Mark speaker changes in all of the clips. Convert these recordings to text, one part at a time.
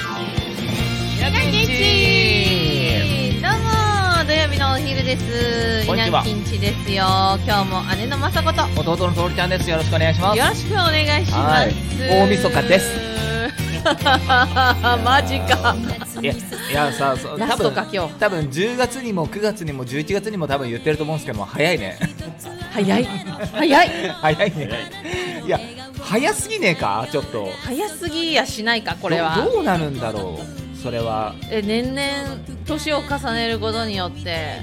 Speaker 1: 稲垣んちどうも土曜日のお昼です
Speaker 2: こんにちは
Speaker 1: 稲垣んちですよ今日も姉の雅子と
Speaker 2: 弟のとおりちゃんです。よろしくお願いします。
Speaker 1: よろしくお願いします、
Speaker 2: はい大晦日です
Speaker 1: マジか
Speaker 2: いや、いやさ、そう
Speaker 1: ラ
Speaker 2: 多
Speaker 1: スト
Speaker 2: 分
Speaker 1: か今日
Speaker 2: 多分10月にも9月にも11月にも多分言ってると思うんですけども、早いね。
Speaker 1: 早い早い
Speaker 2: 早いね。いや、早すぎねえか、ちょっと。
Speaker 1: 早すぎやしないかこれ
Speaker 2: ど
Speaker 1: は
Speaker 2: どうなるんだろう、それは。
Speaker 1: え年々年を重ねることによって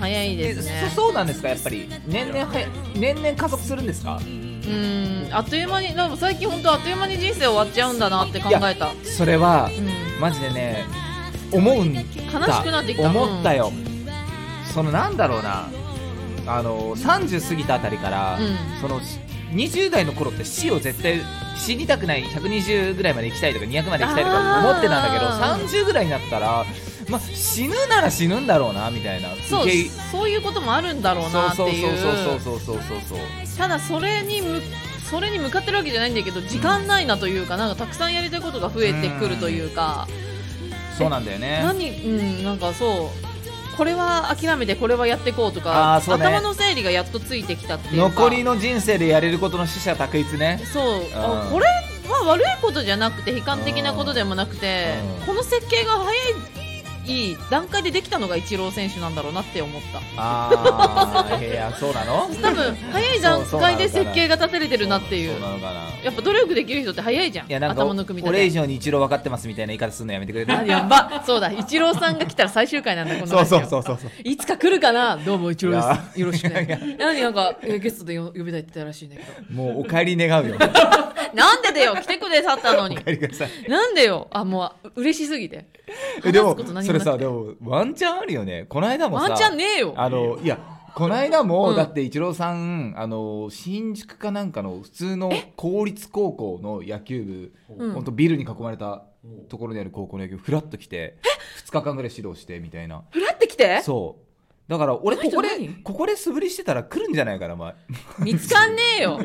Speaker 1: 早いです
Speaker 2: え
Speaker 1: ね
Speaker 2: そそうなんですか、やっぱり。年々はや、年々加速するんですか
Speaker 1: うんあっという間にでも最近本当あっという間に人生終わっちゃうんだなって考えた、
Speaker 2: それは、
Speaker 1: うん、
Speaker 2: マジでね、思うんだ。悲
Speaker 1: しくなってきた
Speaker 2: 思ったよ。その、なんだろうな。あの、30過ぎたあたりから、
Speaker 1: うん
Speaker 2: その20代の頃って死を絶対死にたくない120ぐらいまで行きたいとか200まで行きたいとか思ってたんだけど
Speaker 1: あー
Speaker 2: 30ぐらいになったら、まあ、死ぬなら死ぬんだろうなみたいな
Speaker 1: そう
Speaker 2: すげえ
Speaker 1: そういうこともあるんだろうなっていう
Speaker 2: そうそうそうそうそうそうそう
Speaker 1: ただそれにむそれに向かってるわけじゃないんだけど時間ないなというかなんかたくさんやりたいことが増えてくるというか
Speaker 2: そうなんだよね
Speaker 1: 何うんなんかそうこれは諦めてこれはやっていこうとか
Speaker 2: あーそうね
Speaker 1: 頭の整理がやっとついてきたっていうか
Speaker 2: 残りの人生でやれることの死者択一ね
Speaker 1: そう、あ
Speaker 2: うん
Speaker 1: これは悪いことじゃなくて悲観的なことでもなくて、
Speaker 2: うん
Speaker 1: この設計が早い段階でできたのがイチロー選手なんだろうなって思った
Speaker 2: ああいやそうなの
Speaker 1: 多分早い段階で設計が立てれてるなっていう
Speaker 2: そうなのかな
Speaker 1: やっぱ努力できる人って早いじゃん
Speaker 2: いやなんか
Speaker 1: 頭の組み立
Speaker 2: 俺以
Speaker 1: て
Speaker 2: 上に一郎分かってますみたいな言い方するのやめてくれる
Speaker 1: あやばそうだイチローさんが来たら最終回なんだこの
Speaker 2: そう
Speaker 1: 話
Speaker 2: そうそうそう
Speaker 1: いつか来るかなどうもイチローです
Speaker 2: い
Speaker 1: よ
Speaker 2: や
Speaker 1: ろしく
Speaker 2: いやい
Speaker 1: ね何なんかえーゲストでよ呼びたいって言ったらしいんだけど
Speaker 2: もうお帰り願 うよ
Speaker 1: なんでだよ来てくれさったの に
Speaker 2: お帰りください
Speaker 1: なんでよあもう嬉しすぎて
Speaker 2: えで
Speaker 1: 話
Speaker 2: も
Speaker 1: すこと何
Speaker 2: そ
Speaker 1: もな
Speaker 2: れ
Speaker 1: くて
Speaker 2: さでもワンチャンあるよねこの間もさ
Speaker 1: ワンチャンねえよ
Speaker 2: あのいやこの間も、
Speaker 1: うん
Speaker 2: だってイチローさんあの新宿かなんかの普通の公立高校の野球部、
Speaker 1: うん
Speaker 2: 本当ビルに囲まれたところにある高校の野球部フラッと来て2日間ぐらい指導してみたいな
Speaker 1: ふらってきて
Speaker 2: そうだから俺こ
Speaker 1: 人
Speaker 2: こで
Speaker 1: 何
Speaker 2: ここで素振りしてたら来るんじゃないかなお前
Speaker 1: 見つかんねえよ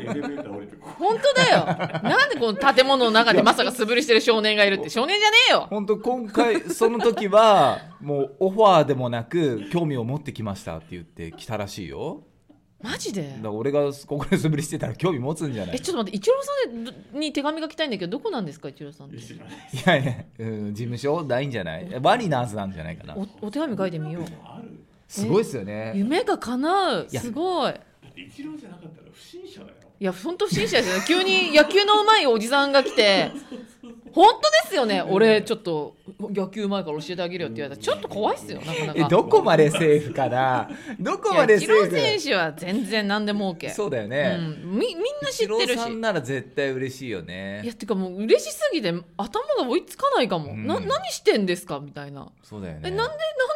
Speaker 1: 本当だよなんでこの建物の中でまさか素振りしてる少年がいるって少年じゃねえよ
Speaker 2: 本当今回その時はもうオファーでもなく興味を持ってきましたって言って来たらしいよ
Speaker 1: マジで
Speaker 2: だから俺がここで素振りしてたら興味持つんじゃない
Speaker 1: えちょっと待ってイチローさんでどに手紙が来たいんだけどどこなんですかイチローさんって
Speaker 2: いやいや、うん、事務所ないんじゃないマリナーズなんじゃないかな
Speaker 1: おお手紙書いてみよう
Speaker 2: すごいですよね
Speaker 1: 夢が叶う
Speaker 2: いや
Speaker 1: すごい
Speaker 3: 一郎じゃなかったら不審者だよ。
Speaker 1: いや本当不審者ですよね急に野球のうまいおじさんが来て本当ですよね俺ちょっと野球うまいから教えてあげるよって言われたらちょっと怖いっすよなかな
Speaker 2: え
Speaker 1: か
Speaker 2: どこまでセーフかなどこま
Speaker 1: いや
Speaker 2: で
Speaker 1: イ
Speaker 2: セ
Speaker 1: チロ
Speaker 2: ー
Speaker 1: ー
Speaker 2: フ
Speaker 1: 選手は全然何でも OK
Speaker 2: そうだよ
Speaker 1: う
Speaker 2: ね、
Speaker 1: ん、みみんな知って
Speaker 2: イチロ
Speaker 1: る
Speaker 2: ー
Speaker 1: し
Speaker 2: さんなら絶対嬉しいよ
Speaker 1: いや
Speaker 2: ね
Speaker 1: てかもう嬉しすぎて頭が追いつかないかも、
Speaker 2: うん
Speaker 1: な何してんですかみたいな、
Speaker 2: そうだよ
Speaker 1: えな
Speaker 2: ね
Speaker 1: んでな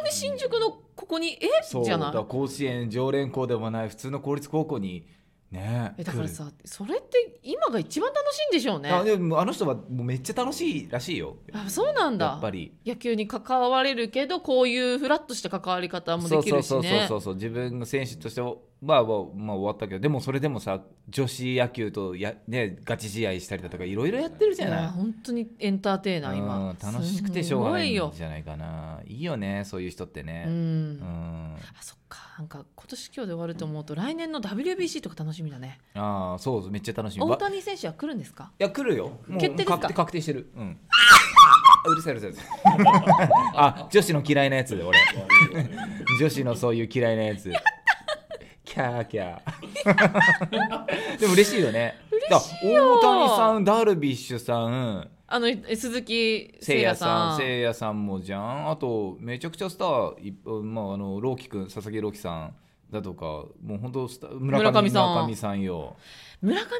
Speaker 1: んで新宿のここにえ
Speaker 2: そう
Speaker 1: じゃな
Speaker 2: だから
Speaker 1: い
Speaker 2: 甲子園常連校でもない普通の公立高校にね
Speaker 1: えだから
Speaker 2: 来る
Speaker 1: さそれって今が一番楽しいんでしょうね
Speaker 2: あでもあの人はもうめっちゃ楽しいらしいよ
Speaker 1: あそうなん
Speaker 2: や
Speaker 1: だ
Speaker 2: っぱり
Speaker 1: 野球に関われるけどこういうフラッとした関わり方もできるし
Speaker 2: そうそうそう
Speaker 1: ね
Speaker 2: そうそう自分の選手としてもまあまあ、まあ、終わったけどでもそれでもさ女子野球とや、ね、ガチ試合したりだとかいろいろやってるじゃ
Speaker 1: い
Speaker 2: な
Speaker 1: や
Speaker 2: い。
Speaker 1: 本当にエンターテイナー
Speaker 2: う
Speaker 1: 今
Speaker 2: ん楽しくてしょうがな
Speaker 1: す
Speaker 2: い
Speaker 1: ご
Speaker 2: ん
Speaker 1: よ
Speaker 2: じゃないかないいよねそういう人って
Speaker 1: うん、
Speaker 2: ねうん
Speaker 1: あそっかなんか今年今日で終わると思うと来年の WBC とか楽しみだね
Speaker 2: ああそうめっちゃ楽しみ
Speaker 1: 大
Speaker 2: ばい
Speaker 1: 谷選手は来るんですか
Speaker 2: や来るよもう
Speaker 1: 決定ですか
Speaker 2: 確定確定してるうん あうるさいうるさいうるさい あ女子の嫌いなやつで 俺女子のそういう嫌いなやつ キャーキャー でも嬉しいよね嬉しい
Speaker 1: よ
Speaker 2: 大谷さんダルビッシュさん
Speaker 1: あのえ鈴木誠
Speaker 2: せい
Speaker 1: 也
Speaker 2: や
Speaker 1: さ
Speaker 2: さ
Speaker 1: ん
Speaker 2: んせいやさんもじゃんあとめちゃくちゃスターいっぱいまああの朗希君佐々木朗希さんだとかもう本当スタ村上
Speaker 1: 村上さん
Speaker 2: 村上さんよ
Speaker 1: 村上さ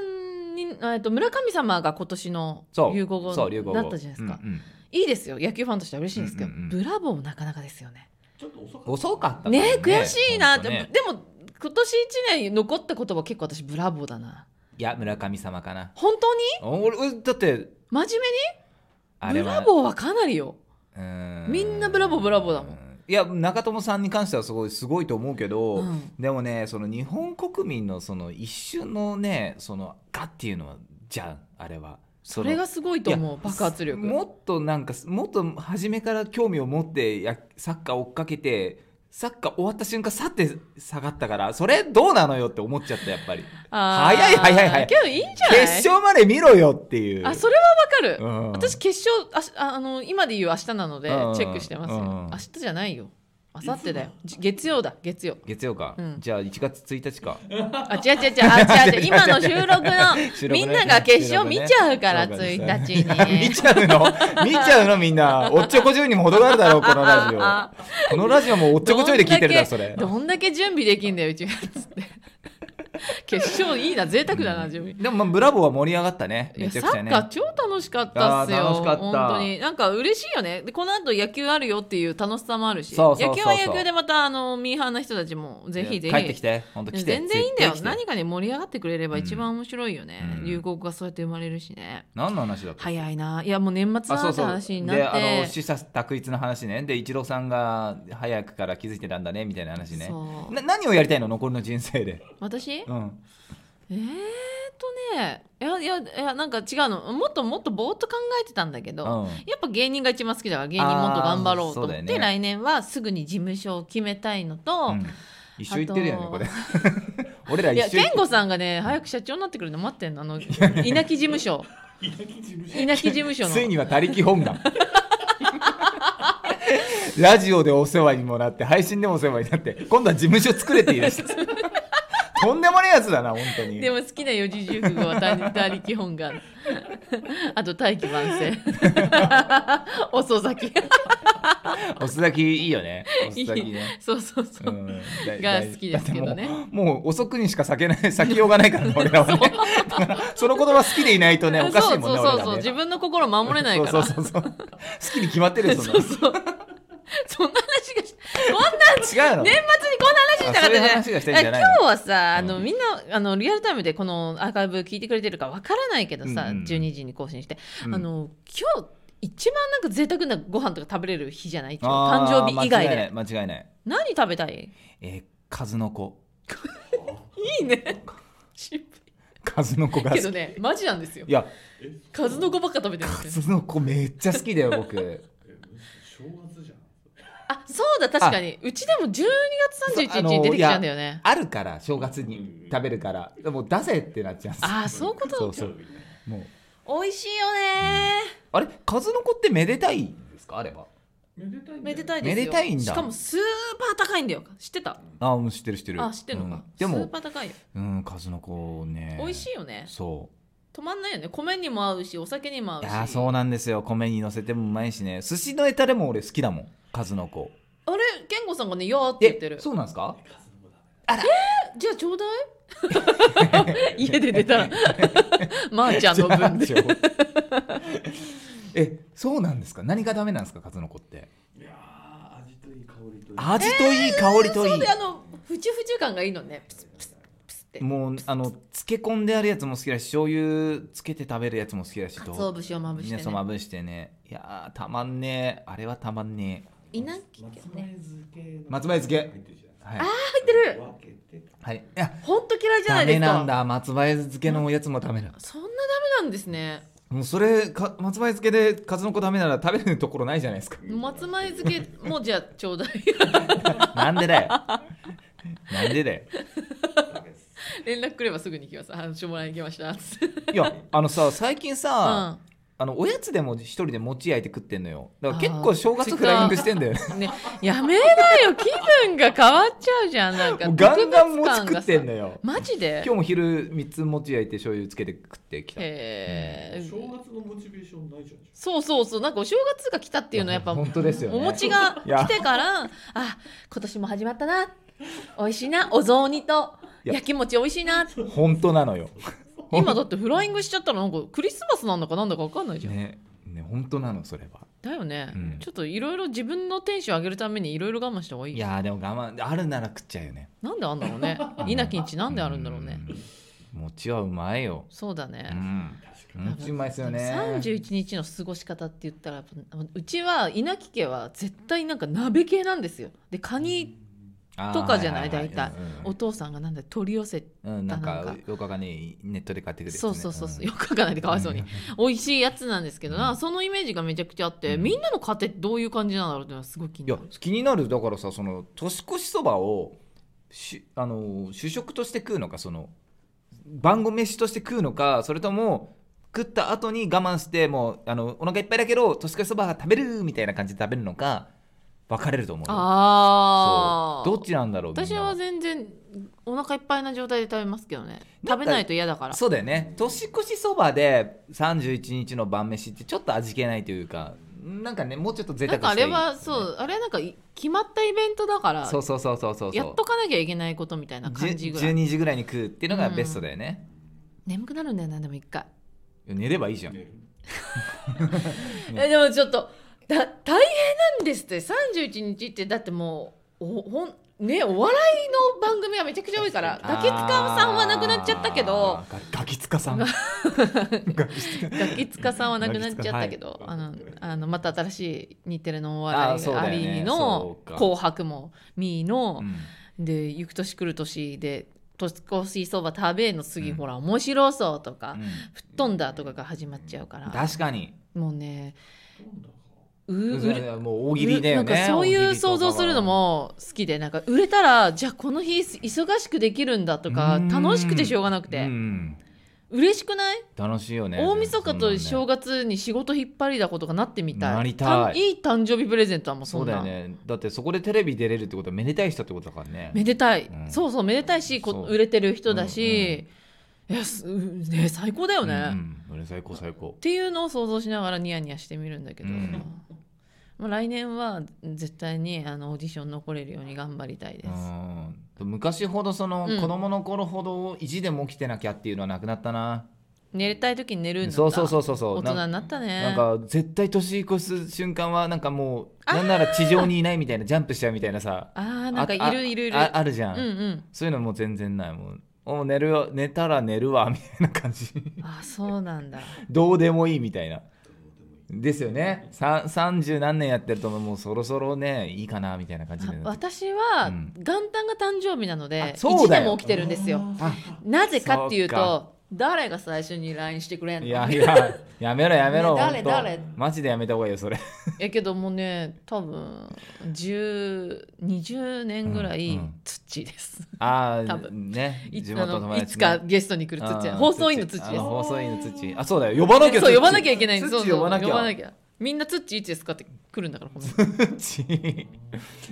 Speaker 1: んにえっと村上様が今年の
Speaker 2: そう
Speaker 1: 流行語
Speaker 2: そう流行
Speaker 1: になったじゃないですか、
Speaker 2: うんうん
Speaker 1: いいですよ野球ファンとしては嬉しいんですけど、
Speaker 2: うんうんうん
Speaker 1: ブラボーもなかなかですよね
Speaker 3: ちょっと遅かった。
Speaker 2: 遅かったから
Speaker 1: ね悔しいな
Speaker 2: ほんとね
Speaker 1: でも今年1年残った言葉結構私ブラボーだない
Speaker 2: や村上様かな
Speaker 1: 本当に
Speaker 2: 俺俺だって
Speaker 1: 真面
Speaker 2: あ
Speaker 1: 目
Speaker 2: れ
Speaker 1: にブ
Speaker 2: は
Speaker 1: ラボーはかなりよ
Speaker 2: うー
Speaker 1: みんなブラボーブラボーだもん
Speaker 2: ういや中友さんに関してはすごいすごいと思うけ
Speaker 1: う
Speaker 2: ど、
Speaker 1: ん
Speaker 2: でもねその日本国民のその一瞬のねそのガっていうのはじゃんあれはそ
Speaker 1: そ
Speaker 2: の
Speaker 1: れがすごいと思う爆発力
Speaker 2: もっとなんかもっと初めから興味を持ってやサッカー追っかけてサッカー終わった瞬間さって下がったからそれどうなのよって思っちゃったやっぱり
Speaker 1: あー
Speaker 2: 早い早い早い
Speaker 1: けどいいんじゃない
Speaker 2: 決勝まで見ろよっていう
Speaker 1: あそれはわかる、
Speaker 2: うん
Speaker 1: 私決勝あしああの今で言う明日なので
Speaker 2: うん
Speaker 1: チェックしてますよ、
Speaker 2: うん
Speaker 1: 明日じゃないよ明後日だよじ月曜だ月曜
Speaker 2: 月曜か、
Speaker 1: うん
Speaker 2: じゃあ1月1日か
Speaker 1: あ違う違う違うあ違う違う今の収録
Speaker 2: 収録ね
Speaker 1: のみんなが決勝見ちゃうから
Speaker 2: 収録ね
Speaker 1: 1日
Speaker 2: 見
Speaker 1: に
Speaker 2: ちゃうの見ちゃうのみんなおっちょこちょいにも程があるだろうこのラジオこのラジオもおっちょこちょいで聞いてるだろそれ
Speaker 1: どんだけ準備できんだようちは つって決勝いいな贅沢だな準備、
Speaker 2: でもまあブラボーは盛り上がったね
Speaker 1: い
Speaker 2: め
Speaker 1: や
Speaker 2: ちゃ
Speaker 1: サ
Speaker 2: くちゃ
Speaker 1: ッ
Speaker 2: ね
Speaker 1: カー超楽しかったっすよ
Speaker 2: あー楽しかった
Speaker 1: 本当になんか嬉しいよねでこの後野球あるよっていう楽しさもあるし
Speaker 2: そうそうそうそう
Speaker 1: 野球は野球でまたあのミーハーな人たちもぜひぜひ
Speaker 2: 帰ってきて本当来て
Speaker 1: 全然いいんだよ
Speaker 2: 絶対来て
Speaker 1: 何かに盛り上がってくれれば
Speaker 2: うん
Speaker 1: 一番面白いよね、
Speaker 2: うん
Speaker 1: 流行語がそうやって生まれるしね
Speaker 2: 何の話だった
Speaker 1: 早いないやもう年末だ
Speaker 2: あそ
Speaker 1: な
Speaker 2: う
Speaker 1: って
Speaker 2: そう
Speaker 1: 話になっ
Speaker 2: であ
Speaker 1: て
Speaker 2: の死者択一の話ねで一郎さんが早くから気づいてたんだねみたいな話ね
Speaker 1: そう
Speaker 2: な何をやりたいの残りの人生で、
Speaker 1: 私
Speaker 2: うん、
Speaker 1: えーっとねいやいやいやなんか違うのもっともっとぼーっと考えてたんだけど、
Speaker 2: うん
Speaker 1: やっぱ芸人が一番好きだから芸人もっと頑張ろうと
Speaker 2: あーそうだ
Speaker 1: 思って、
Speaker 2: よね
Speaker 1: 来年はすぐに事務所を決めたいのと、
Speaker 2: うん一生言ってるよね
Speaker 1: あと
Speaker 2: これ 俺ら
Speaker 1: い
Speaker 2: 一
Speaker 1: や
Speaker 2: 生言っ
Speaker 1: 健吾さんがね早く社長になってくるの待ってんのあの稲城事務 所
Speaker 3: 稲城事務所
Speaker 1: 稲城事務所の
Speaker 2: ついには他力本願 ラジオでお世話にもなって配信でもお世話になって今度は事務所作れていいです とんでもねえやつだな本当に
Speaker 1: でも好きな四字熟語は他他力本願 あと大器晩 成遅咲き
Speaker 2: 遅咲きいいよね遅咲きね
Speaker 1: そうそうそう、
Speaker 2: うんだい
Speaker 1: が好きですけどね
Speaker 2: だってもうもう遅くにしか咲けない 咲きようがないからね俺らはねだから その言葉好きでいないとねおかしいもんね
Speaker 1: そうそうそ
Speaker 2: 俺
Speaker 1: う
Speaker 2: ら
Speaker 1: そう
Speaker 2: ね
Speaker 1: 自分の心守れないから
Speaker 2: そうそうそうそう好きに決まってるよそん
Speaker 1: そ
Speaker 2: な
Speaker 1: うそうそんな話がしこんな
Speaker 2: 違うの
Speaker 1: 年末にこんな話したかったじゃない
Speaker 2: あそういう話がしたいんじゃないの
Speaker 1: や今日はさあの、
Speaker 2: うん
Speaker 1: みんなあのリアルタイムでこのアーカイブ聞いてくれてるかわからないけどさ、
Speaker 2: うんうん
Speaker 1: 12時に更新して、
Speaker 2: うん
Speaker 1: あの今日一番なんか贅沢なご飯とか食べれる日じゃない今日
Speaker 2: あー
Speaker 1: 誕生日以外で
Speaker 2: 間違いない間違いない
Speaker 1: 何食べたい
Speaker 2: えー数の子
Speaker 1: いいね渋
Speaker 2: 数の子が
Speaker 1: い
Speaker 2: 好
Speaker 1: け
Speaker 2: き
Speaker 1: どねマジなんですよ
Speaker 2: いや
Speaker 1: 数の子ばっか食べてるんですよ
Speaker 2: 数の子めっちゃ好きだよ僕
Speaker 3: え正月じゃん
Speaker 1: あそうだ確かにうちでも12月31日に出てきちゃうんだよね
Speaker 2: あるから正月に食べるからでも出せってなっちゃうんです
Speaker 1: ああーそういうこと
Speaker 2: そうそう
Speaker 3: 誕生日ね
Speaker 2: もう
Speaker 1: 美味しいよね
Speaker 2: あれ数の子ってめでたいんですかあれは
Speaker 3: めでたいんだよ
Speaker 1: めでたいですよ
Speaker 2: めでたいんだ
Speaker 1: しかもスーパー高いんだよ知ってた
Speaker 2: ああもう知ってる知ってる
Speaker 1: あ知ってるのか
Speaker 2: うん、で
Speaker 1: スー
Speaker 2: も
Speaker 1: パー高いよ
Speaker 2: うん数の子ね
Speaker 1: 美味しいよね
Speaker 2: そう
Speaker 1: 止まんないよね米にも合うしお酒にも合う
Speaker 2: い
Speaker 1: し
Speaker 2: やーそうなんですよ米にのせてもうまいしね寿司のネタでも俺好きだもん数の子
Speaker 1: あれ健吾さんがね「よ」って言ってる
Speaker 2: そうなんですか
Speaker 3: 数の子だね
Speaker 1: じゃあちょうだい 家で出た らまーちゃんの分で
Speaker 2: えそうなんですか何がダメなんですか数の子って
Speaker 3: いやー味といい香りといい
Speaker 2: 味といい香りとい
Speaker 1: そう
Speaker 2: い
Speaker 1: であのふちゅふちゅ感がいいのねプスプスプスって
Speaker 2: もうあの漬け込んであるやつも好きだし醤油つけて食べるやつも好きだし
Speaker 1: かつお節をまぶして
Speaker 2: ねそう
Speaker 1: ね
Speaker 2: まぶしてねいやーたまんねえあれはたまんねえ
Speaker 1: 稲城
Speaker 3: 松
Speaker 1: ね
Speaker 3: 前漬け
Speaker 2: 松前漬け
Speaker 3: 入ってるじゃ
Speaker 2: は
Speaker 3: ん
Speaker 2: い
Speaker 1: 入ってる
Speaker 3: 分けて
Speaker 2: はいいや
Speaker 1: ほんと嫌いじゃな
Speaker 2: ダ
Speaker 1: いで
Speaker 2: メ
Speaker 1: すか
Speaker 2: なんだ松前漬けのおやつもダメだ
Speaker 1: そんなダメなんですね
Speaker 2: もうそれか松前漬けで数の子ダメなら食べるところないじゃないですか
Speaker 1: 松前漬けもじゃあちょうだい
Speaker 2: なんでだよ なんでだよ
Speaker 3: わけです
Speaker 1: 連絡くればすぐに行きますあのしょもらいに行きましたつって
Speaker 2: いやあのさ最近
Speaker 1: う
Speaker 2: さ、
Speaker 1: ん
Speaker 2: あのおやつでも一人で餅焼いて食ってんのよだから結
Speaker 1: あー
Speaker 2: 構正月フライングしてんだよね
Speaker 1: ね、やめなよ気分が変わっちゃうじゃんなんか
Speaker 2: もうガンガン餅
Speaker 1: 特別感
Speaker 2: 食
Speaker 1: が
Speaker 2: っ
Speaker 1: さ
Speaker 2: てんのよ
Speaker 1: マジで
Speaker 2: 今日も昼3つ餅焼いて醤油つけて食ってきた
Speaker 1: へ
Speaker 3: 正
Speaker 1: ー
Speaker 3: 月のモチベーションないじゃん
Speaker 1: そうそうそうなんかお正月が来たっていうのはやっぱ
Speaker 2: 本当ですよね
Speaker 1: お餅が来てからあ今年も始まったな美味しいなお雑煮と
Speaker 2: いや
Speaker 1: 焼き餅美味しいな
Speaker 2: 本当なのよ
Speaker 1: 今だってフライングしちゃったらなんかクリスマスなんだかなんだか分かんないじゃん、
Speaker 2: ねね本当なのそれは
Speaker 1: だよね、
Speaker 2: うん
Speaker 1: ちょっといろいろ自分のテンション上げるためにいろいろ我慢した方がいい
Speaker 2: い
Speaker 1: よ
Speaker 2: やーでも我慢あるなら食っちゃうよね
Speaker 1: なんであんだろうね稲城んちなんであるんだろうね
Speaker 2: うん餅はうまいよ。
Speaker 1: そうだね、
Speaker 2: うん。
Speaker 3: 確かに。
Speaker 2: 餅うまいですよね。
Speaker 1: 31日の過ごし方って言ったらやっぱうちは稲城家は絶対なんか鍋系なんですよでカニ
Speaker 2: あー
Speaker 1: とかじゃない
Speaker 2: ははは
Speaker 1: 大体
Speaker 2: うん
Speaker 1: お父さんがなんだ取り寄せ
Speaker 2: うんうん、なん
Speaker 1: な
Speaker 2: か
Speaker 1: んか
Speaker 2: よくわかんないネットで買ってくるやつ
Speaker 1: そ
Speaker 2: ね
Speaker 1: うそうそう そうよくわかんないでかわいそうに
Speaker 2: ん
Speaker 1: 美味しいやつなんですけどな、
Speaker 2: うん
Speaker 1: そのイメージがめちゃくちゃあって、
Speaker 2: うん
Speaker 1: みんなの家庭ってどういう感じなんだろうっていうのはすごい気に
Speaker 2: い
Speaker 1: な
Speaker 2: や
Speaker 1: る
Speaker 2: 気になるだからさその年越しそばをしあの主食として食うのかその晩ご飯として食うのかそれとも食った後に我慢してもうあのお腹いっぱいだけど年越しそば食べるみたいな感じで食べるのか分かれると思うよ
Speaker 1: ああ
Speaker 2: そうどっちなんだろうみん
Speaker 1: 私
Speaker 2: な
Speaker 1: は全然お腹いっぱいな状態で食べますけどね
Speaker 2: なん
Speaker 1: 食
Speaker 2: か
Speaker 1: べないと嫌だから
Speaker 2: そうだよね年越しそばで31日の晩飯ってちょっと味気ないというかなんかねもうちょっと贅
Speaker 1: な
Speaker 2: 沢
Speaker 1: んかあ
Speaker 2: した
Speaker 1: れ
Speaker 2: い
Speaker 1: はそうあれはなんかい決まったイベントだから
Speaker 2: そうそうそうそうそうそう
Speaker 1: やっとかなきゃいけないことみたいな感じぐらい
Speaker 2: 12時ぐらいに食うっていうのがベストだよね、
Speaker 1: 眠くなるんだよなでも一回、
Speaker 2: 寝ればいいじゃん、
Speaker 3: 寝る
Speaker 2: ね
Speaker 1: えでもちょっとだ大変なんですって31日ってだってもうおほんねお笑いの番組がめちゃくちゃ多いからガキツカさんはなくなっちゃったけど
Speaker 2: あーガガキツカさんガキツカ
Speaker 1: ガキツカさんはなくなっちゃったけど、
Speaker 3: ガキツカ
Speaker 1: あ
Speaker 3: はい
Speaker 1: のあのまた新しい日テレのお笑
Speaker 2: あ
Speaker 1: い
Speaker 2: そう
Speaker 1: あ
Speaker 2: だよね
Speaker 1: り
Speaker 2: そ
Speaker 1: の
Speaker 2: う
Speaker 1: 「
Speaker 2: か
Speaker 1: 紅白」も「ミーの
Speaker 2: う」ん
Speaker 1: で「ゆく年来る年」で「年越しそば食べ」の次、
Speaker 2: うん
Speaker 1: ほら「面白そう」とか
Speaker 2: う
Speaker 1: 「
Speaker 2: ん
Speaker 1: 吹っ飛んだ」とかが始まっちゃうから
Speaker 2: 確かに
Speaker 1: もうね
Speaker 3: 今度か
Speaker 1: ううる
Speaker 2: もう大喜利だよね
Speaker 1: なんかそうい
Speaker 2: 大喜
Speaker 1: う
Speaker 2: 利とかは
Speaker 1: 想像するのも好きでなんか売れたらじゃあこの日忙しくできるんだとか
Speaker 2: うん
Speaker 1: 楽しくてしょうがなく
Speaker 2: う
Speaker 1: て
Speaker 2: ん
Speaker 1: 嬉しくない、
Speaker 2: 楽しいよね
Speaker 1: 大晦日と正
Speaker 2: 月
Speaker 1: 月に仕事引っ張りだことがなってみたい
Speaker 2: なりたい
Speaker 1: いい誕生日プレゼントはもう
Speaker 2: そ
Speaker 1: そ
Speaker 2: うんだ
Speaker 1: な
Speaker 2: よねだってそこでテレビ出れるってことはめでたい人ってことだからね
Speaker 1: めでたい、
Speaker 2: うん
Speaker 1: そうそうめでたいしこ
Speaker 2: そう
Speaker 1: 売れてる人だし、いやすうんね最高だよね、っ
Speaker 2: うんうん俺最高最高
Speaker 1: ていうのを想像しながらニヤニヤしてみるんだけど、
Speaker 2: うん
Speaker 1: まあ、来年は絶対にあのオーディション残れるように頑張りたいです、
Speaker 2: うん昔ほどその
Speaker 1: うん
Speaker 2: 子供の頃ほど意地でも起きてなきゃっていうのはなくなったな、
Speaker 1: 寝れたい時に寝るんだ
Speaker 2: そうそうそうそうそう
Speaker 1: 大人になったね
Speaker 2: なんか絶対年越す瞬間はなんかもうなんなら地上にいないみたいなジャンプしちゃうみたいなさ
Speaker 1: あーなんかい
Speaker 2: あ
Speaker 1: るいるいる
Speaker 2: ああるじゃん、
Speaker 1: うんうん
Speaker 2: そういうのもう全然ないもうお寝るよ寝たら寝るわみたいな感じ
Speaker 1: あーそうなんだ
Speaker 2: どうでもいいみたいな
Speaker 3: どうでもいい
Speaker 2: ですよねさ三十何年やってるともうそろそろねいいかなみたいな感じに
Speaker 1: あ
Speaker 2: なって
Speaker 1: 私は
Speaker 2: うん
Speaker 1: 元旦が誕生日なので
Speaker 2: あそ
Speaker 1: 1
Speaker 2: うだ
Speaker 1: 年
Speaker 2: よ
Speaker 1: も起きてるんですよ
Speaker 3: あ
Speaker 1: なぜかっていう
Speaker 2: そう
Speaker 1: と誰が最初に LINE してくれんの
Speaker 2: い
Speaker 1: い
Speaker 2: や
Speaker 1: や
Speaker 2: いややめろやめろ、
Speaker 1: ね
Speaker 2: 本当
Speaker 1: 誰誰
Speaker 2: マジでやめた方がいいよそれ
Speaker 1: けどもうね多分1020年ぐら
Speaker 2: うん
Speaker 1: い
Speaker 2: うん
Speaker 1: 土です、
Speaker 2: あ
Speaker 1: 多
Speaker 2: あ、
Speaker 1: 分
Speaker 2: ね、
Speaker 1: いつ
Speaker 2: 地
Speaker 1: あ
Speaker 2: 元
Speaker 1: の
Speaker 2: の友
Speaker 1: い
Speaker 2: 達
Speaker 1: つか
Speaker 2: ね、
Speaker 1: ゲストに来る土
Speaker 2: あー
Speaker 1: 放送員の土で
Speaker 2: あ
Speaker 1: す
Speaker 2: 放送員の土。あ、そうだよ。呼ばなきゃ。
Speaker 1: そう呼ばな
Speaker 2: 土
Speaker 1: きゃいけないんですそう
Speaker 2: 土
Speaker 1: そう
Speaker 2: 呼ばなき
Speaker 1: 呼ばな
Speaker 2: ゃ。
Speaker 1: きゃみんな土いつですかって来るんだからこの
Speaker 2: 土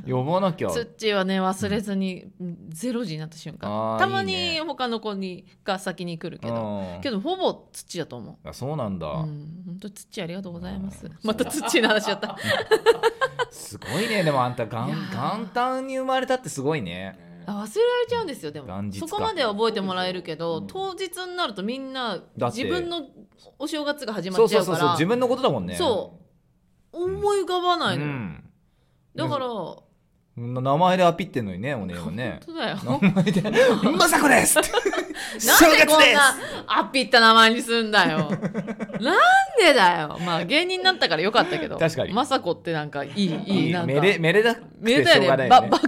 Speaker 2: 呼ばなきゃ。
Speaker 1: ツッチーはね忘れずにゼロ時になった瞬間
Speaker 2: あー
Speaker 1: たま
Speaker 2: いい
Speaker 1: に
Speaker 2: ね
Speaker 1: 他の子にが先に来るけど
Speaker 2: うん
Speaker 1: けどほぼツッチーだと思う。
Speaker 2: あ、そうなんだ
Speaker 1: う。ん、本当ツッチーありがとうございます
Speaker 2: うん。
Speaker 1: またツッチーの話だ った。
Speaker 2: すごいね。でもあんた元
Speaker 1: いやー
Speaker 2: 元旦に生まれたってすごいね。
Speaker 1: あ忘れられちゃうんですよで
Speaker 2: 元
Speaker 1: も
Speaker 2: 日か
Speaker 1: そこまでは覚えてもらえるけど、
Speaker 3: うん
Speaker 1: 当日になるとみんな
Speaker 2: だって
Speaker 1: 自分のお正月が始ま
Speaker 2: そ
Speaker 1: っ
Speaker 2: う
Speaker 1: ち
Speaker 2: そ
Speaker 1: ゃ
Speaker 2: う
Speaker 1: う
Speaker 2: そう
Speaker 1: か
Speaker 2: そう。
Speaker 1: ら
Speaker 2: 自分のことだもんね。
Speaker 1: そ思い浮かば
Speaker 2: う
Speaker 1: ないのよ、
Speaker 2: ん。
Speaker 1: だから
Speaker 2: こんな名前でアピってんのにね、お姉はね
Speaker 1: 本。当だよ
Speaker 2: 名前で。まさこです。って
Speaker 1: なんでこん
Speaker 2: 正月です
Speaker 1: なアッピった名前にすんだ よ。なんでだよ。まあ芸人になったからよかったけど。
Speaker 2: 確かに
Speaker 1: まさこってなんかいい、いい、なんか。
Speaker 2: めでめでだ。
Speaker 1: めでたいね。ば、バカっぽ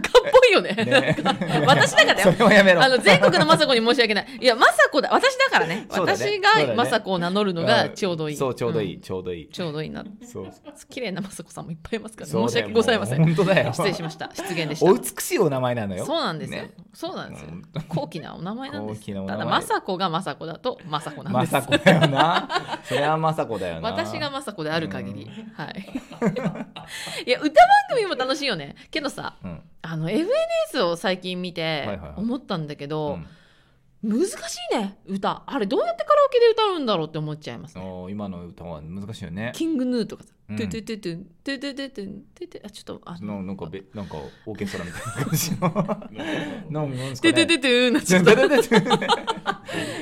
Speaker 1: いよね。
Speaker 2: ね
Speaker 1: 私だからだ
Speaker 2: そ
Speaker 1: よ。
Speaker 2: れはやめろ。
Speaker 1: あの全国のまさこに申し訳ない。いや、まさこだ。私だからね。
Speaker 2: そうだね
Speaker 1: 私
Speaker 2: そうだ
Speaker 1: が
Speaker 2: ね
Speaker 1: まさこを名乗るのがちょうどいい。
Speaker 2: んそうちょうどいい、
Speaker 1: ん
Speaker 2: ちょうどいい
Speaker 1: ちょうどいいな。
Speaker 2: そう
Speaker 1: 綺麗なまさこさんもいっぱいいますから、
Speaker 2: そう
Speaker 1: 申し訳ございませ。
Speaker 2: もうん本当だよ
Speaker 1: 失礼しました。失言でした
Speaker 2: お。美しいお名前なのよ
Speaker 1: そうなんですよ
Speaker 2: ね。
Speaker 1: そうなんですよ
Speaker 2: うん。
Speaker 1: 高貴なお名前なんで
Speaker 2: 高
Speaker 1: す
Speaker 2: 貴なお
Speaker 1: よ。
Speaker 2: 名
Speaker 1: た
Speaker 2: 前
Speaker 1: だ、まさこがまさこだと、まさこなん
Speaker 2: ま
Speaker 1: です
Speaker 2: さ。こだよなそれはまさこだよな
Speaker 1: 私が雅子である限り、
Speaker 2: う
Speaker 1: はい。 いや歌番組も楽しいよね。けどさ、
Speaker 2: うん
Speaker 1: あの FNS を最近見
Speaker 2: はい
Speaker 1: て
Speaker 2: はいはい
Speaker 1: 思ったんだけ
Speaker 2: う
Speaker 1: ど、
Speaker 2: ん
Speaker 1: 難しいね歌。あれどうやってカラオケで歌うんだろうって思っちゃいますね。
Speaker 2: おー今の歌は難しいよね
Speaker 1: キングヌーとかさ、
Speaker 2: う
Speaker 1: ト
Speaker 2: ん
Speaker 1: ゥトゥトゥトゥントゥトゥトゥトゥントゥトゥあちょっとあ
Speaker 2: のなんかべなんかオーケストラみたいな感じのなんなんです
Speaker 1: ト
Speaker 2: か
Speaker 1: ゥトゥト
Speaker 2: ね
Speaker 1: ゥトゥンなっちゃ
Speaker 2: 全
Speaker 1: った。
Speaker 2: 然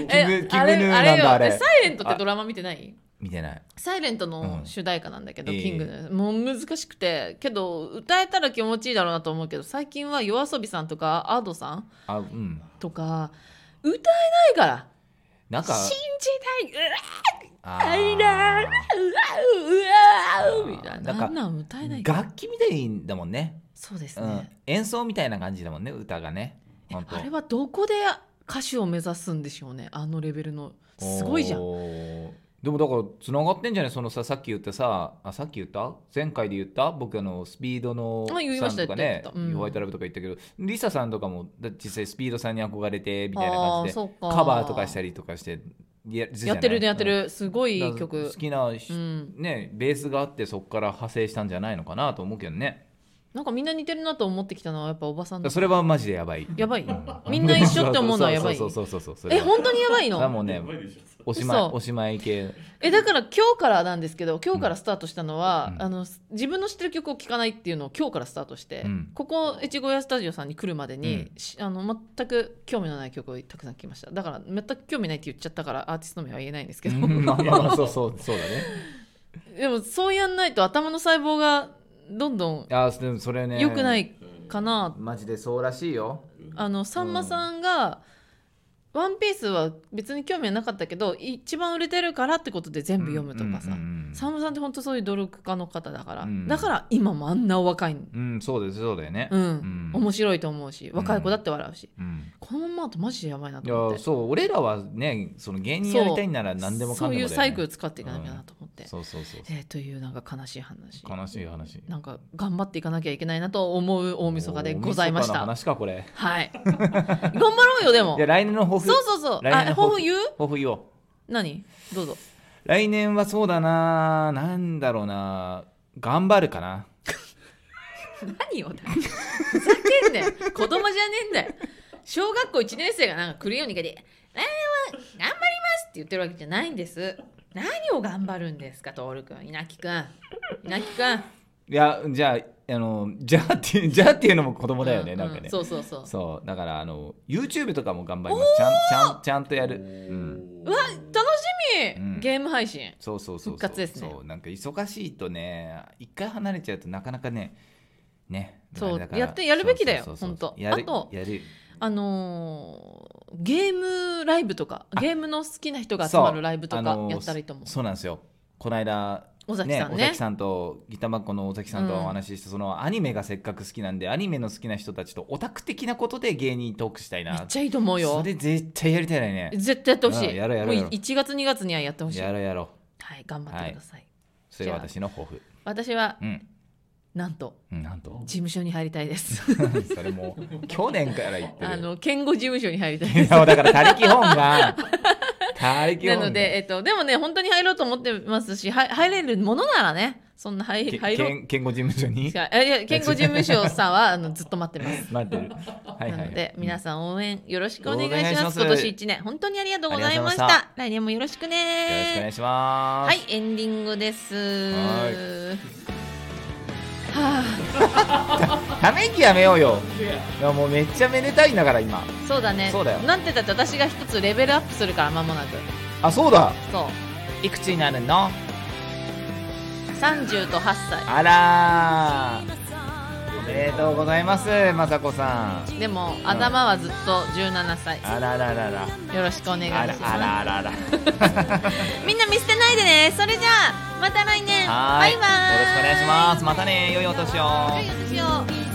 Speaker 2: 全然 キングキングヌーなんだあれ
Speaker 1: よえサイレントってドラマ見てない？
Speaker 2: 見てない
Speaker 1: サイレント
Speaker 2: う
Speaker 1: の
Speaker 2: ん
Speaker 1: 主題歌なんだけど、
Speaker 2: ええ
Speaker 1: キングヌーもう難しくてけど歌えたら気持ちいいだろうなと思うけど最近は夜遊びさんとか Ado さん
Speaker 2: あうん
Speaker 1: とか歌えないから
Speaker 2: なんか
Speaker 1: 信じたいうわ
Speaker 2: あー
Speaker 1: アイラーうわうわうわみたいな
Speaker 2: なんか
Speaker 1: あんなん歌えないから
Speaker 2: 楽器みたいだもんね、
Speaker 1: そうです
Speaker 2: う
Speaker 1: ね、
Speaker 2: ん、演奏みたいな感じだもんね歌がね
Speaker 1: え
Speaker 2: 本当
Speaker 1: あれはどこで歌手を目指すんでしょうねあのレベルのすごいじゃん
Speaker 2: おーでもだからつながってんじゃないそのささっき言ったさあさっき言った前回で言った僕あのスピードの
Speaker 1: あ言いまし
Speaker 2: さ
Speaker 1: た
Speaker 2: んとかね
Speaker 1: 言った言ったうん
Speaker 2: ホワイトラブとか言ったけどリサさんとかもだ実際スピードさんに憧れてみたいな
Speaker 1: あ
Speaker 2: 感
Speaker 1: ー
Speaker 2: じで
Speaker 1: そっか
Speaker 2: カバーとかしたりとかしてや
Speaker 1: やってるねやって、
Speaker 2: じ
Speaker 1: るすごい
Speaker 2: ゃないうん
Speaker 1: い曲
Speaker 2: 好きなし、
Speaker 1: うん
Speaker 2: ねベースがあってそこから派生したんじゃないのかなと思うけどね
Speaker 1: なんかみんな似てるなと思ってきたのはやっぱおばさん
Speaker 2: だ
Speaker 1: だ
Speaker 2: からそれはマジでやばい
Speaker 1: やばいみんな一緒って思うのはやばい
Speaker 2: そうそうそうそうそうそれ
Speaker 1: え
Speaker 2: は
Speaker 1: 本当にやばい
Speaker 2: それは
Speaker 1: の
Speaker 2: もうね
Speaker 3: やばいでしょそれ
Speaker 2: おしまい
Speaker 1: 嘘
Speaker 2: おしまい系
Speaker 1: えだから今日からなんですけど今日からスタートしたのは、
Speaker 2: うん
Speaker 1: あの自分の知ってる曲を聴かないっていうのを今日からスタートして、
Speaker 2: うん
Speaker 1: ここ越後屋スタジオさんに来るまでに
Speaker 2: う、
Speaker 1: しあの全く興味のない曲をたくさん聴きましただから全く興味ないって言っちゃったからアーティストの名は言えないんですけど、
Speaker 2: うんまあまあまあそうそうそうだね
Speaker 1: でもそうやんないと頭の細胞がどんどん
Speaker 2: あーでもそれね
Speaker 1: 良くないかな、
Speaker 2: マジでそうらしいよ
Speaker 1: あのさんまさんが「ワンピースは別に興味はなかったけど一番売れてるからってことで全部読むとかさ、
Speaker 2: うん
Speaker 1: さんまさんって本当そういう努力家の方だから、
Speaker 2: うん
Speaker 1: だから今もあんなお若いん
Speaker 2: うん、うんそうですそうだよね
Speaker 1: うん、
Speaker 2: ん
Speaker 1: 面白いと思うし若い子だって笑うし、
Speaker 2: うん
Speaker 1: このままだとマジでやばいないと思っ
Speaker 2: や
Speaker 1: て
Speaker 2: そう俺らはねその芸人やりたいなら何でもかんで
Speaker 1: そ
Speaker 2: もだよね、
Speaker 1: ういうサイクル使っていかなきゃなと思って、
Speaker 2: そうそうそう
Speaker 1: えーというなんか悲しい話
Speaker 2: 悲しい話
Speaker 1: なんか頑張っていかなきゃいけないなと思う大晦日でございまし
Speaker 2: 大晦日の
Speaker 1: た
Speaker 2: 話かこれ
Speaker 1: はい 頑張ろうよでも
Speaker 2: いや来年の抱負
Speaker 1: そうそうそう
Speaker 2: 来
Speaker 1: あ
Speaker 2: 年の
Speaker 1: 抱負言う
Speaker 2: 抱負言おう
Speaker 1: 何どうぞ
Speaker 2: 来年はそうだななんだろうな頑張るかな
Speaker 1: 何をだふざけんなよ子供じゃねえんだよ小学校1年生がなんかクレヨンにかで「来年は頑張ります」って言ってるわけじゃないんです何を頑張るんですかトールくん稲城くん稲城くん
Speaker 2: いやじゃああのじゃあっていうじゃあっていうのも子供だよね、
Speaker 1: う
Speaker 2: なんかね
Speaker 1: そうそうそう
Speaker 2: そうだからあの YouTube とかも頑張りますちゃんちゃんちゃんとやる、うん、
Speaker 1: うわ楽しみ、
Speaker 2: うん
Speaker 1: ゲーム配信
Speaker 2: そうそうそうそう
Speaker 1: 復活ですね
Speaker 2: そうなんか忙しいとね一回離れちゃうとなかなかねね
Speaker 1: そう
Speaker 2: あれだから
Speaker 1: やってやるべきだよ
Speaker 2: そうそうそうそう
Speaker 1: ほんと
Speaker 2: やる
Speaker 1: あと
Speaker 2: やる
Speaker 1: あのーゲームライブとかゲームの好きな人が集まるライブと
Speaker 2: そうあ
Speaker 1: か
Speaker 2: のー
Speaker 1: やったらいいと思う
Speaker 2: そそうなんですよこの間
Speaker 1: 尾崎さんね
Speaker 2: 尾崎さんとギタマコの尾崎さんとお話しして、そのアニメがせっかく好きなんでアニメの好きな人たちとオタク的なことで芸人トークしたい
Speaker 1: めっ
Speaker 2: な
Speaker 1: ちゃいいと思うよ
Speaker 2: それ絶対やりたいね
Speaker 1: 絶対やってほし
Speaker 2: うん
Speaker 1: い
Speaker 2: やろうやろうやろ
Speaker 1: も
Speaker 2: う
Speaker 1: う1月2月にはやってほしい
Speaker 2: やろうやろう
Speaker 1: はい頑張ってください、
Speaker 2: それが私の抱負
Speaker 1: 私は
Speaker 2: うん
Speaker 1: なんと
Speaker 2: うんなんと
Speaker 1: 事務所に入りたいです
Speaker 2: それもう去年から言ってる
Speaker 1: あの健吾事務所に入りたい
Speaker 2: い
Speaker 1: です
Speaker 2: やだから他力本が他力
Speaker 1: な
Speaker 2: 本
Speaker 1: ので、えっと、でもね本当に入ろうと思ってますしは入れるものならねそんな入
Speaker 2: け
Speaker 1: 入ろう
Speaker 2: 健健康事務所に
Speaker 1: いやいや健吾事務所さんはあのずっと待ってます
Speaker 2: 待ってる。はいはい、
Speaker 1: なので皆
Speaker 2: さ
Speaker 1: さん応援よろしくお願いし
Speaker 2: お願いし
Speaker 1: ま
Speaker 2: ますす
Speaker 1: 今年1年本当にありがとうございました
Speaker 2: ありがとう
Speaker 1: 来年もよろしく
Speaker 2: んよろしくお願
Speaker 1: ね
Speaker 2: いします。
Speaker 1: はいエンディングです
Speaker 2: は
Speaker 1: はあ
Speaker 2: ため息やめようよ。
Speaker 3: いや
Speaker 2: いやもうめっちゃめでたいんだから今。
Speaker 1: そうだね
Speaker 2: そうだよ
Speaker 1: なんてだって私が一つレベルアップするから間もなく
Speaker 2: あそうだ。
Speaker 1: そう
Speaker 2: いくつになるの？
Speaker 1: 30と8歳
Speaker 2: あらー。おめでとうございます、まさこさん。
Speaker 1: でも頭はずっと17歳
Speaker 2: あらららら。
Speaker 1: よろしくお願いし
Speaker 2: あら
Speaker 1: ます
Speaker 2: あらあら あら。
Speaker 1: みんな見捨てないでねそれじゃあまた来年
Speaker 2: は
Speaker 1: バ
Speaker 2: ーい。
Speaker 1: イバーイ
Speaker 2: よろしくお願いします。またね、良いお年を。
Speaker 1: 良いお年を